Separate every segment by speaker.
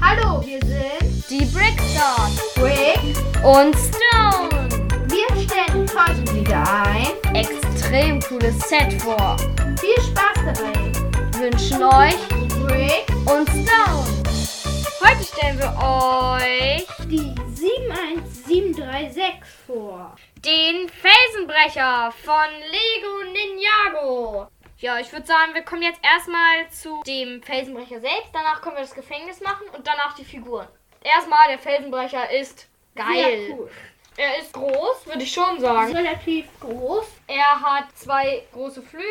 Speaker 1: Hallo, wir sind
Speaker 2: Die Brickstars
Speaker 1: Rick.
Speaker 2: und Stone.
Speaker 1: Wir stellen heute wieder ein.
Speaker 2: Extrem cooles Set vor.
Speaker 1: Viel Spaß dabei.
Speaker 2: Wünschen euch
Speaker 1: Rick,
Speaker 2: und Stone. Heute stellen wir euch
Speaker 1: die 71736 vor.
Speaker 2: den Felsenbrecher von Lego Ninjago. Ja, ich würde sagen, wir kommen jetzt erstmal zu dem Felsenbrecher selbst. Danach können wir das Gefängnis machen und danach die Figuren. Erstmal, der Felsenbrecher ist geil.
Speaker 1: Sehr cool.
Speaker 2: Er ist groß, würde ich schon sagen.
Speaker 1: Relativ groß
Speaker 2: Er hat zwei große Flügel.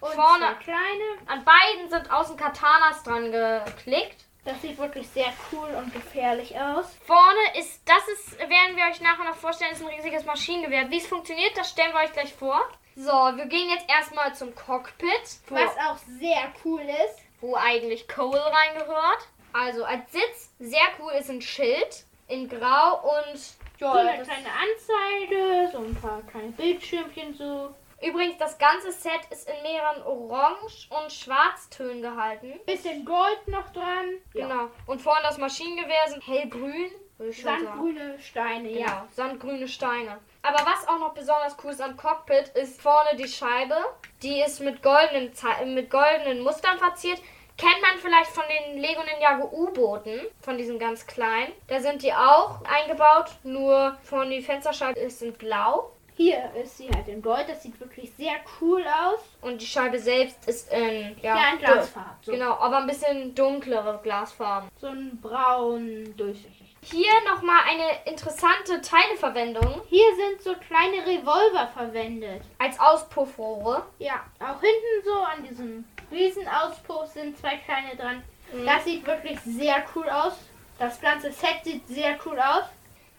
Speaker 1: und
Speaker 2: Vorne
Speaker 1: sehr kleine.
Speaker 2: an beiden sind außen Katanas dran geklickt.
Speaker 1: Das sieht wirklich sehr cool und gefährlich aus.
Speaker 2: Vorne ist, das ist, werden wir euch nachher noch vorstellen, ist ein riesiges Maschinengewehr. Wie es funktioniert, das stellen wir euch gleich vor. So, wir gehen jetzt erstmal zum Cockpit, wo,
Speaker 1: Was auch sehr cool ist.
Speaker 2: wo eigentlich Cole reingehört. Also als Sitz, sehr cool, ist ein Schild in Grau und
Speaker 1: So
Speaker 2: ja,
Speaker 1: eine
Speaker 2: das,
Speaker 1: kleine Anzeige, so ein paar kleine Bildschirmchen so.
Speaker 2: übrigens das ganze Set ist in mehreren Orange- und Schwarztönen gehalten.
Speaker 1: Bisschen Gold noch dran.
Speaker 2: Genau. Und vorne das Maschinengewehr sind hellgrün. würde ich schon sagen.
Speaker 1: Genau. Sandgrüne Steine, ja.
Speaker 2: Ja, sandgrüne Steine. Aber was auch noch besonders cool ist am Cockpit, ist vorne die Scheibe. Die ist mit goldenen, Ze- mit goldenen Mustern verziert. Kennt man vielleicht von den Lego Ninjago U-Booten, von diesen ganz kleinen. Da sind die auch eingebaut, nur vorne die Fensterscheibe ist in blau.
Speaker 1: Hier ist sie halt in Gold. Das sieht wirklich sehr cool aus.
Speaker 2: Und die Scheibe selbst ist in, ja,
Speaker 1: Ja, in Glasfarben. So.
Speaker 2: Genau, aber ein bisschen dunklere Glasfarben.
Speaker 1: so ein braun durchsichtig.
Speaker 2: Hier nochmal eine interessante Teileverwendung
Speaker 1: Hier sind so kleine Revolver verwendet.
Speaker 2: als Auspuffrohre.
Speaker 1: Ja, auch hinten so an diesem Riesenauspuff sind zwei kleine dran. Das sieht wirklich sehr cool aus. Das ganze Set sieht sehr cool aus.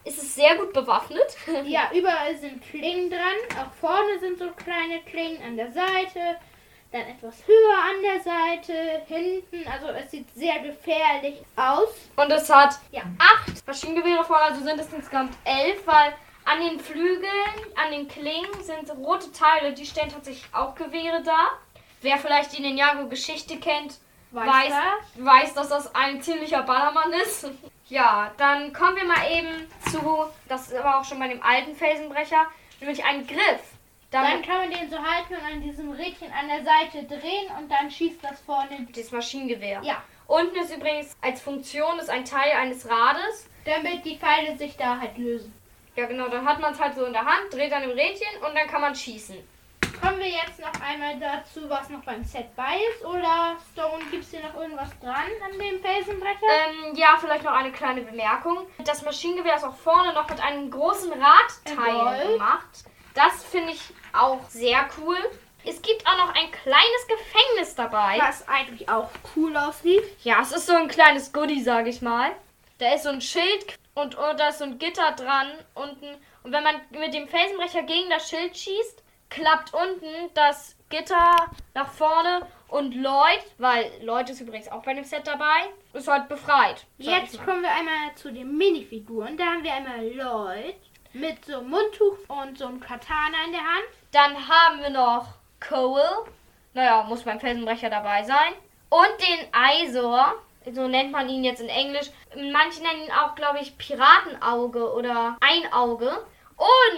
Speaker 2: Ist es sehr gut bewaffnet.
Speaker 1: Ja, überall sind Klingen dran. Auch vorne sind so kleine Klingen an der Seite. Dann etwas höher an der Seite, hinten. Also es sieht sehr gefährlich aus.
Speaker 2: Und es hat
Speaker 1: Ja.
Speaker 2: acht Maschinengewehre vorne, also sind es insgesamt elf, weil an den Flügeln, an den Klingen sind rote Teile, die stellen tatsächlich auch Gewehre dar. Wer vielleicht die Ninjago-Geschichte kennt,
Speaker 1: Weiß
Speaker 2: weiß,
Speaker 1: das?
Speaker 2: weiß, dass das ein ziemlicher Ballermann ist. Ja, dann kommen wir mal eben zu, das ist aber auch schon bei dem alten Felsenbrecher, nämlich ein Griff.
Speaker 1: Dann
Speaker 2: Damit
Speaker 1: kann man den so halten und an diesem Rädchen an der Seite drehen und dann schießt das vorne.
Speaker 2: das Maschinengewehr.
Speaker 1: Ja,
Speaker 2: Unten ist übrigens als Funktion ist ein Teil eines Rades.
Speaker 1: damit die Pfeile sich da halt lösen.
Speaker 2: Ja genau, dann hat man es halt so in der Hand, dreht an dem Rädchen und dann kann man schießen.
Speaker 1: Kommen wir jetzt noch einmal dazu, was noch beim Set bei ist? Oder Stone, gibt es hier noch irgendwas dran an dem Felsenbrecher?
Speaker 2: Ähm, ja, vielleicht noch eine kleine Bemerkung. Das Maschinengewehr ist auch vorne noch mit einem großen Radteil
Speaker 1: Jawohl.
Speaker 2: gemacht. Das finde ich auch sehr cool. Es gibt auch noch ein kleines Gefängnis dabei.
Speaker 1: Äh, was eigentlich auch cool aussieht.
Speaker 2: Ja, es ist so ein kleines Goodie, sage ich mal. Da ist so ein Schild und, und da ist so ein Gitter dran unten. Und wenn man mit dem Felsenbrecher gegen das Schild schießt, klappt unten das Gitter nach vorne und Lloyd, weil Lloyd ist übrigens auch bei dem Set dabei, ist halt befreit. sag ich
Speaker 1: Jetzt
Speaker 2: mal.
Speaker 1: kommen wir einmal zu den Minifiguren. Da haben wir einmal Lloyd mit so einem Mundtuch und so einem Katana in der Hand.
Speaker 2: Dann haben wir noch Cole. Naja, muss beim Felsenbrecher dabei sein. Und den Eisor. So nennt man ihn jetzt in Englisch. Manche nennen ihn auch, glaube ich, Piratenauge oder Einauge.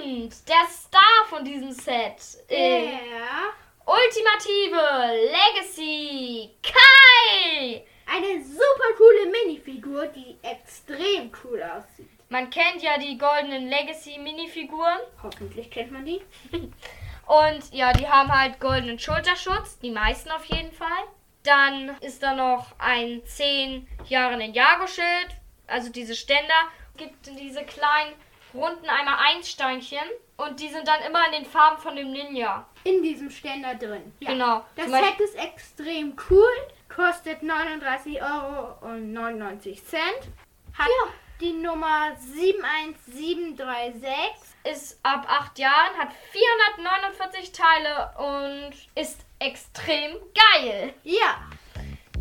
Speaker 2: Und der Star von diesem Set ist
Speaker 1: Äh. Der
Speaker 2: Ultimative Legacy Kai.
Speaker 1: eine super coole Minifigur, die extrem cool aussieht.
Speaker 2: Man kennt ja die goldenen Legacy Minifiguren.
Speaker 1: Hoffentlich kennt man die.
Speaker 2: Und ja, die haben halt goldenen Schulterschutz, die meisten auf jeden Fall. Dann ist da noch ein 10 Jahre Ninjago-Schild, also diese Ständer. Gibt diese kleinen runden einmal Einsteinchen und die sind dann immer in den Farben von dem Ninja.
Speaker 1: in diesem Ständer drin.
Speaker 2: Genau.
Speaker 1: Das
Speaker 2: Zum
Speaker 1: Set
Speaker 2: Beispiel-
Speaker 1: ist extrem cool, kostet 39 Euro und 99 Cent, hat die Nummer 71736.
Speaker 2: Ist ab 8 Jahren, hat 449 Teile und ist extrem geil.
Speaker 1: Ja,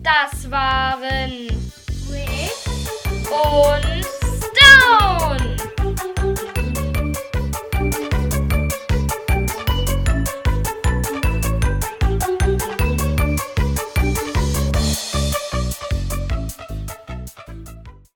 Speaker 2: Das waren